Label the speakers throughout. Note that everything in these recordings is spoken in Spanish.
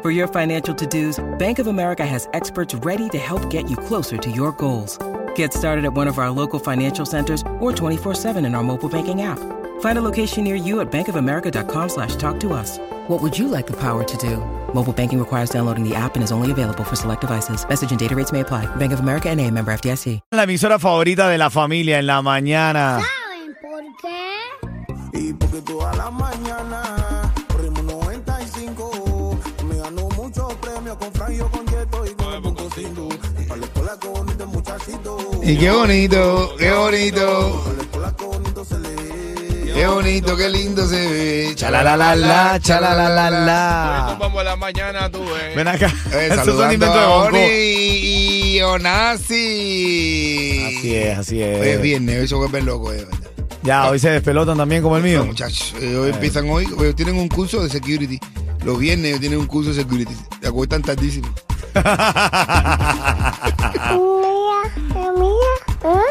Speaker 1: For your financial to-dos, Bank of America has experts ready to help get you closer to your goals. Get started at one of our local financial centers or 24-7 in our mobile banking app. Find a location near you at bankofamerica.com slash talk to us. What would you like the power to do? Mobile banking requires downloading the app and is only available for select devices. Message and data rates may apply. Bank of America and a member FDIC.
Speaker 2: La emisora favorita de la familia en la mañana.
Speaker 3: ¿Saben por qué?
Speaker 4: Y porque toda la mañana corrimos 95. Me ganó muchos premios con Franjo, con Yeto y con el Punto Cindu. Para la escuela con bonito muchachito.
Speaker 5: Y qué bonito, qué bonito,
Speaker 4: Para la escuela con bonito se le
Speaker 5: qué bonito, qué lindo se ve.
Speaker 2: Chalalalala, chalalalala.
Speaker 6: Vamos a la mañana, tú, eh.
Speaker 2: Ven acá.
Speaker 5: Eh,
Speaker 2: Eso es un
Speaker 5: saludando
Speaker 2: invento de
Speaker 5: a Oni
Speaker 2: Bonco.
Speaker 5: y y Onasi.
Speaker 2: Así es, así
Speaker 5: Hoy es
Speaker 2: es.
Speaker 5: viernes, hoy se vuelven locos, eh, ¿verdad?
Speaker 2: Ya, hoy se despelotan también como el
Speaker 5: No,
Speaker 2: mío.
Speaker 5: muchachos, eh, hoy empiezan hoy, hoy tienen un curso de security. Los viernes ellos tienen un curso de security. Te acuestan tardísimo.
Speaker 3: Mira, eh, mira, ¿eh?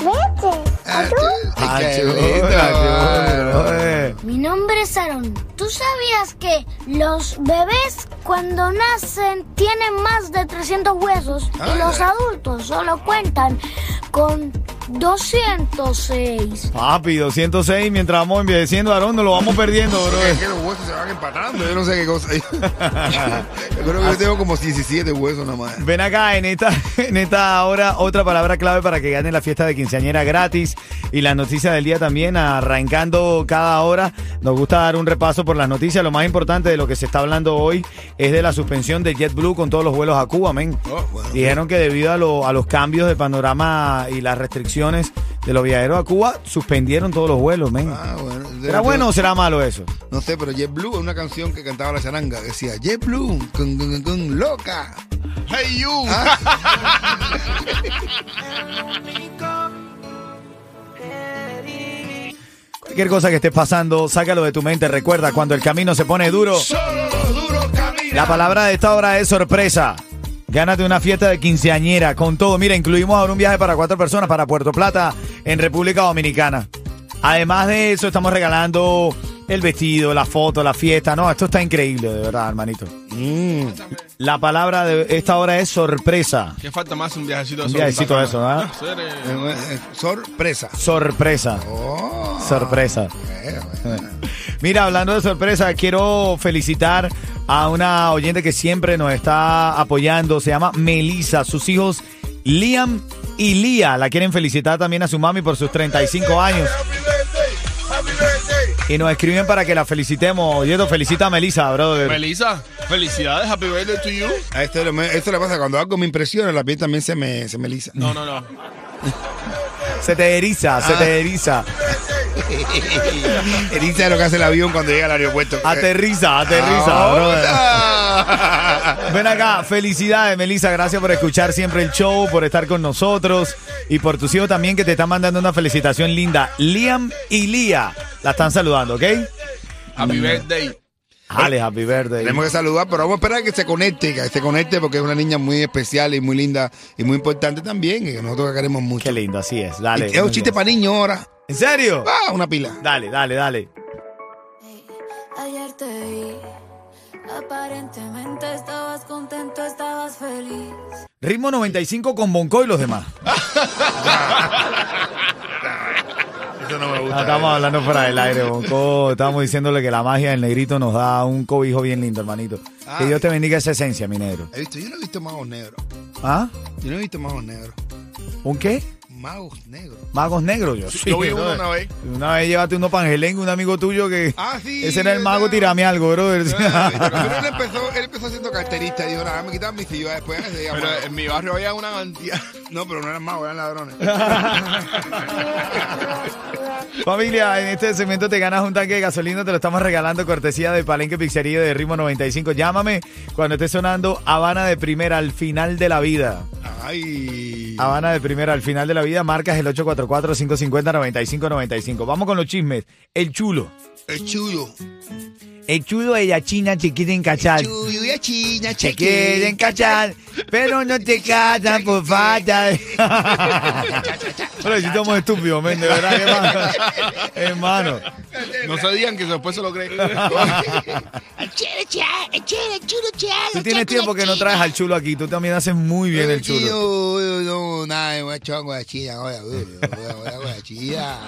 Speaker 3: vete. ¿a tú?
Speaker 5: Ay, qué
Speaker 2: chulo,
Speaker 5: lindo.
Speaker 2: ah, chulo, eh.
Speaker 3: Mi nombre es Aaron. ¿Tú sabías que los bebés cuando nacen tienen más de 300 huesos y los adultos solo cuentan con 206?
Speaker 2: Papi, 206, mientras vamos envejeciendo, Aarón, nos lo vamos perdiendo, bro.
Speaker 5: Es que los huesos se van empatando, yo no sé qué cosa. yo creo que yo tengo como 17 huesos nada más.
Speaker 2: Ven acá, en esta, en esta hora, otra palabra clave para que ganen la fiesta de quinceañera gratis y las noticias del día también, arrancando cada hora. Nos gusta dar un repaso por las noticias. Lo más importante de lo que se está hablando hoy es de la suspensión de JetBlue con todos los vuelos a Cuba, men. Dijeron que debido a, lo- a los cambios de panorama y las restricciones de los viajeros a Cuba, suspendieron todos los vuelos, men.
Speaker 5: Ah, bueno.
Speaker 2: ¿Será bueno o será malo eso?
Speaker 5: No sé, pero Jet Blue es una canción que cantaba la charanga. que Decía, Jet Blue, con, con, con, con, loca. Ah,
Speaker 6: Hey, you.
Speaker 2: Cualquier cosa que estés pasando, sácalo de tu mente. Recuerda, cuando el camino se pone duro,
Speaker 6: Solo los duros caminan.
Speaker 2: la palabra de esta hora es sorpresa. Gánate una fiesta de quinceañera con todo. Mira, incluimos ahora un viaje para cuatro personas para Puerto Plata en República Dominicana. Además de eso, estamos regalando el vestido, la foto, la fiesta. No, esto está increíble, de verdad, hermanito. La palabra de esta hora es sorpresa.
Speaker 6: ¿Qué falta más un viajecito de
Speaker 2: Un
Speaker 6: eso?
Speaker 2: viajecito de eso, ¿verdad?
Speaker 6: Hacer, eh,
Speaker 5: Eh, eh, Sorpresa.
Speaker 2: Sorpresa.
Speaker 5: Oh,
Speaker 2: Sorpresa.
Speaker 5: eh, bueno.
Speaker 2: Mira, hablando de sorpresa, quiero felicitar a una oyente que siempre nos está apoyando. Se llama Melissa. Sus hijos Liam y Lía la quieren felicitar también a su mami por sus 35 años. Y nos escriben para que la felicitemos. Yeto, felicita a Melissa, brother.
Speaker 6: Melissa, felicidades, happy birthday to you.
Speaker 5: A Esto, le- me- esto le pasa cuando algo me impresiona, la piel también se me, se me lisa.
Speaker 6: No, no, no.
Speaker 2: Se te eriza, se
Speaker 5: Ah.
Speaker 2: te eriza.
Speaker 5: Eriza es lo que hace el avión cuando llega al aeropuerto.
Speaker 2: Aterriza,
Speaker 5: Ah,
Speaker 2: aterriza, brother.
Speaker 5: Ahora.
Speaker 2: Ven acá, felicidades Melissa, gracias por escuchar siempre el show, por estar con nosotros y por tus hijos también que te están mandando una felicitación linda. Liam y Lía la están saludando, ¿ok?
Speaker 6: Happy birthday.
Speaker 2: Ale, happy birthday.
Speaker 5: Tenemos que saludar, pero vamos a esperar que se conecte, que se conecte porque es una niña muy especial y muy linda y muy importante también, y que nosotros la queremos mucho.
Speaker 2: Qué lindo, así es,
Speaker 5: Y
Speaker 2: dale.
Speaker 5: Es un chiste para niños ahora.
Speaker 2: ¿En serio?
Speaker 5: Ah, una pila.
Speaker 2: Dale, dale, dale.
Speaker 7: Ayer te vi, aparentemente estabas contento, estabas feliz.
Speaker 2: Ritmo 95 con Bonco y los demás.
Speaker 5: Eso no me eh.
Speaker 2: Ah, estamos hablando fuera del aire, Bonco. Estábamos diciéndole que la magia del negrito nos da un cobijo bien lindo, hermanito. Que Dios te bendiga esa esencia, mi negro.
Speaker 5: He visto, yo no he visto magos negros.
Speaker 2: ¿Ah?
Speaker 5: Yo no he visto magos negros.
Speaker 2: ¿Un qué?
Speaker 5: Magos negros.
Speaker 2: Magos negros, yo sí.
Speaker 6: Yo vi uno
Speaker 2: brother.
Speaker 6: una vez.
Speaker 2: Una vez llévate uno pangelengo, un amigo tuyo que.
Speaker 5: Ah, sí,
Speaker 2: Ese era el mago,
Speaker 5: ¿verdad?
Speaker 2: tirame algo, brother.
Speaker 5: Ah, pero él empezó, él empezó siendo carterista y dijo, nada, me quitaban mis sillas después. se
Speaker 6: Pero
Speaker 5: llama-
Speaker 6: en mi barrio había una cantidad
Speaker 5: No, pero no eran magos, eran ladrones.
Speaker 2: Familia, en este segmento te ganas un tanque de gasolina, te lo estamos regalando cortesía de Palenque Pizzería de Ritmo 95. Llámame cuando esté sonando Habana de Primera al final de la vida.
Speaker 5: Ay.
Speaker 2: Habana de Primera al final de la vida, marcas el 844-550-9595. Vamos con los chismes. El chulo.
Speaker 5: Es chulo.
Speaker 2: El chulo de la China te quieren cachar.
Speaker 5: Chulo y a China,
Speaker 2: Te quieren cachar, pero no te cachan por falta de... Pero si estamos estúpidos, men, de verdad, ¿qué pasa? hermano.
Speaker 6: No se digan que después se lo creen.
Speaker 2: Tú tienes tiempo que no traes al chulo aquí. Tú también haces muy bien el chulo.
Speaker 5: Yo, yo, yo, nada, yo voy a echar agua de china, ahora, uy, yo voy a- voy a agua de china.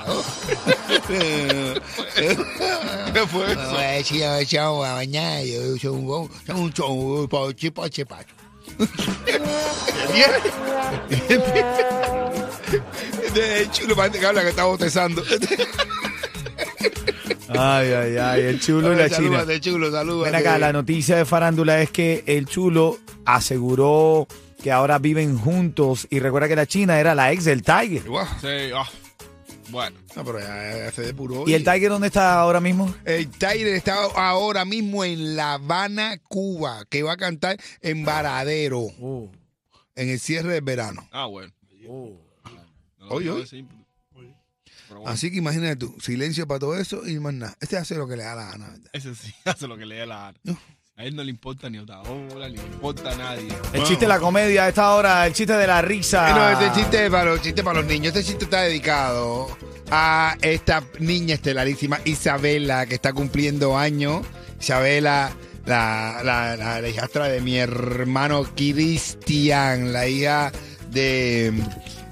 Speaker 6: ¿Qué fue
Speaker 5: Voy
Speaker 6: eso?
Speaker 5: a decir, voy a echar agua mañana, yo soy un bon, soy un chongo, pochi, pochi, pacho. De chulo, parece que habla que está bostezando.
Speaker 2: Ay, ay, ay, el chulo y la china.
Speaker 5: Salúdate, chulo, salúdate.
Speaker 2: Ven acá, la noticia de farándula es que el chulo aseguró que ahora viven juntos y recuerda que la china era la ex del Tiger.
Speaker 5: Guau,
Speaker 6: Sí, ah. Bueno,
Speaker 5: No, pero ya, ya se depuró.
Speaker 2: ¿Y el Tiger dónde está ahora mismo?
Speaker 5: El Tiger está ahora mismo en La Habana, Cuba, que va a cantar en Varadero, en el cierre del verano.
Speaker 6: ah, bueno. Oh, No lo
Speaker 5: Oye,
Speaker 6: puedo
Speaker 5: oye.
Speaker 6: decir.
Speaker 5: Así que imagínate tú, silencio para todo eso y más nada. Este hace lo que le da la gana, ¿verdad?
Speaker 6: Ese sí hace lo que le dé la gana. A él no le importa ni Otaola, ni le importa a nadie.
Speaker 2: El chiste de la comedia a esta hora, el chiste de la risa.
Speaker 5: No, este chiste es para los, chiste para los niños. Este chiste está dedicado a esta niña estelarísima, Isabela, que está cumpliendo años. Isabela, la, la, la- la hijastra de mi hermano Cristian, la hija de.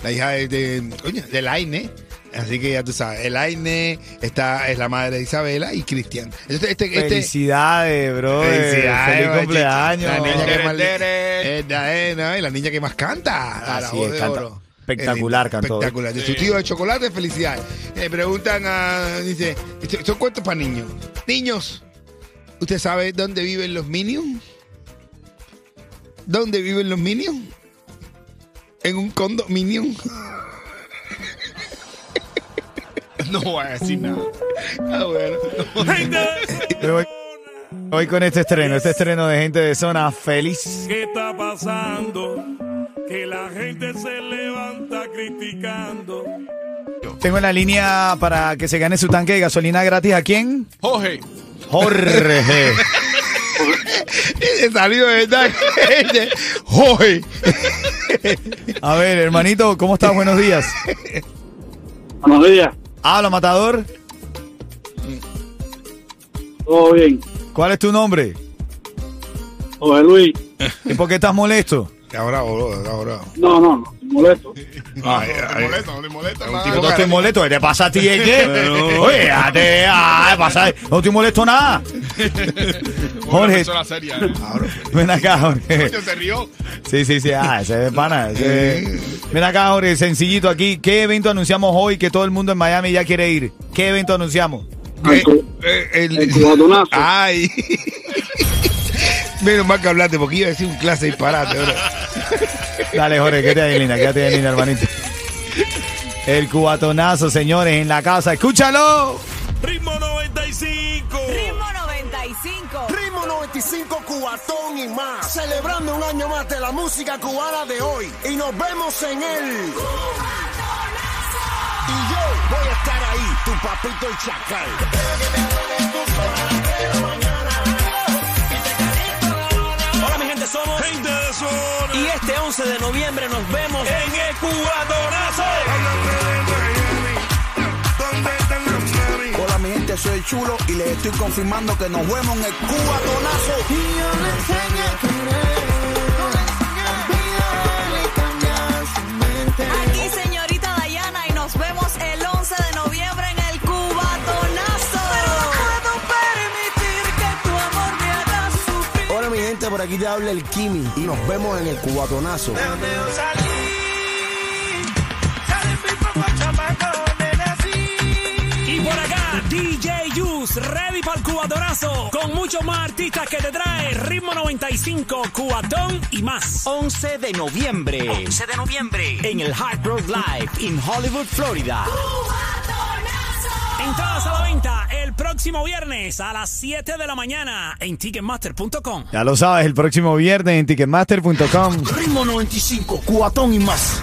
Speaker 5: La hija de. de, coño, de Laine. Así que ya tú sabes, Elaine está, es la madre de Isabela y Cristian. Entonces, este, este,
Speaker 2: Felicidades, bro.
Speaker 5: Felicidades,
Speaker 2: eh, Feliz
Speaker 5: bro,
Speaker 2: cumpleaños.
Speaker 5: La niña que más li-
Speaker 6: Tere.
Speaker 5: Eh, da- eh, no, y la niña que más canta. la- la
Speaker 2: Así
Speaker 5: voz
Speaker 2: es,
Speaker 5: de
Speaker 2: canta.
Speaker 5: oro.
Speaker 2: Espectacular
Speaker 5: Eh,
Speaker 2: cantó.
Speaker 5: Espectacular. De su tío de chocolate, felicidades. Le preguntan a. Dice, dice, ¿son cuentos para niños? Niños, ¿usted sabe dónde viven los Minions? ¿Dónde viven los Minions? En un condominio.
Speaker 6: No voy a decir nada.
Speaker 5: Ah, bueno.
Speaker 2: Me voy- Voy con este estreno, este estreno de gente de zona feliz.
Speaker 8: ¿Qué está pasando? Que la gente se levanta criticando.
Speaker 2: Tengo en la línea para que se gane su tanque de gasolina gratis a quién?
Speaker 6: Jorge,
Speaker 2: Jorge.
Speaker 5: Y salió de verdad. Jorge.
Speaker 2: A ver, hermanito, ¿cómo estás? Buenos días.
Speaker 9: Buenos días,
Speaker 2: Habla, matador.
Speaker 9: todo bien.
Speaker 2: ¿Cuál es tu nombre?
Speaker 9: José Luis,
Speaker 2: ¿Y por qué estás molesto?
Speaker 5: Ahora, ahora, ahora.
Speaker 9: no, no, no, molesto.
Speaker 5: Ah.
Speaker 6: no te molesta, no te molesta. nada.
Speaker 2: Yo no estoy molesto. ¿Qué te pasa a ti? eh, ¿Qué? Oye, déjate, ah, pasa- No estoy molesto nada.
Speaker 6: Una
Speaker 2: Jorge,
Speaker 6: persona seria, ¿eh?
Speaker 2: ven acá, Jorge.
Speaker 6: Coño, se rió.
Speaker 2: Sí, sí, sí. Ah, ese es pana. ese es- Ven acá, Jorge, sencillito aquí. ¿Qué evento anunciamos hoy que todo el mundo en Miami ya quiere ir? ¿Qué evento anunciamos?
Speaker 9: El cu-
Speaker 5: Eh, el-
Speaker 9: el cubatonazo.
Speaker 5: Ay. Menos mal que hablaste, porque iba a decir un clase de disparate. bro.
Speaker 2: Dale, Jorge, quédate ahí, linda, quédate ahí, linda, hermanito. El cubatonazo, señores, en la casa. ¡Escúchalo!
Speaker 8: Ritmo 95.
Speaker 10: Ritmo 95.
Speaker 4: Ritmo 95 Cubatón y más. Celebrando un año más de la música cubana de hoy. Y nos vemos en el. Y yo voy a estar ahí, tu papito el chacal.
Speaker 8: Hola, mi gente, somos gente de sol. Y este 11 de noviembre nos vemos en el Cubatonazo.
Speaker 4: Hola mi gente, soy Chulo y les estoy confirmando que nos vemos en el cubatonazo.
Speaker 10: Aquí, señorita Dayana, y nos vemos el 11 de noviembre en el Cubatonazo. Pero no puedo permitir que tu amor me haga sufrir.
Speaker 4: Hola mi gente, por aquí te habla el Kimi y nos vemos en el cubatonazo.
Speaker 8: Y por acá, DJ
Speaker 1: Juice, ready para el cubatonazo, con muchos más artistas que te trae Ritmo 95, Cubatón y más.
Speaker 4: 11 de noviembre. 11 de noviembre. En el Hard Rock Live in Hollywood, Florida.
Speaker 1: Entradas a la venta el próximo viernes a las 7 de la mañana en Ticketmaster.com.
Speaker 2: Ya lo sabes, el próximo viernes en Ticketmaster.com.
Speaker 1: Ritmo 95, Cubatón y más.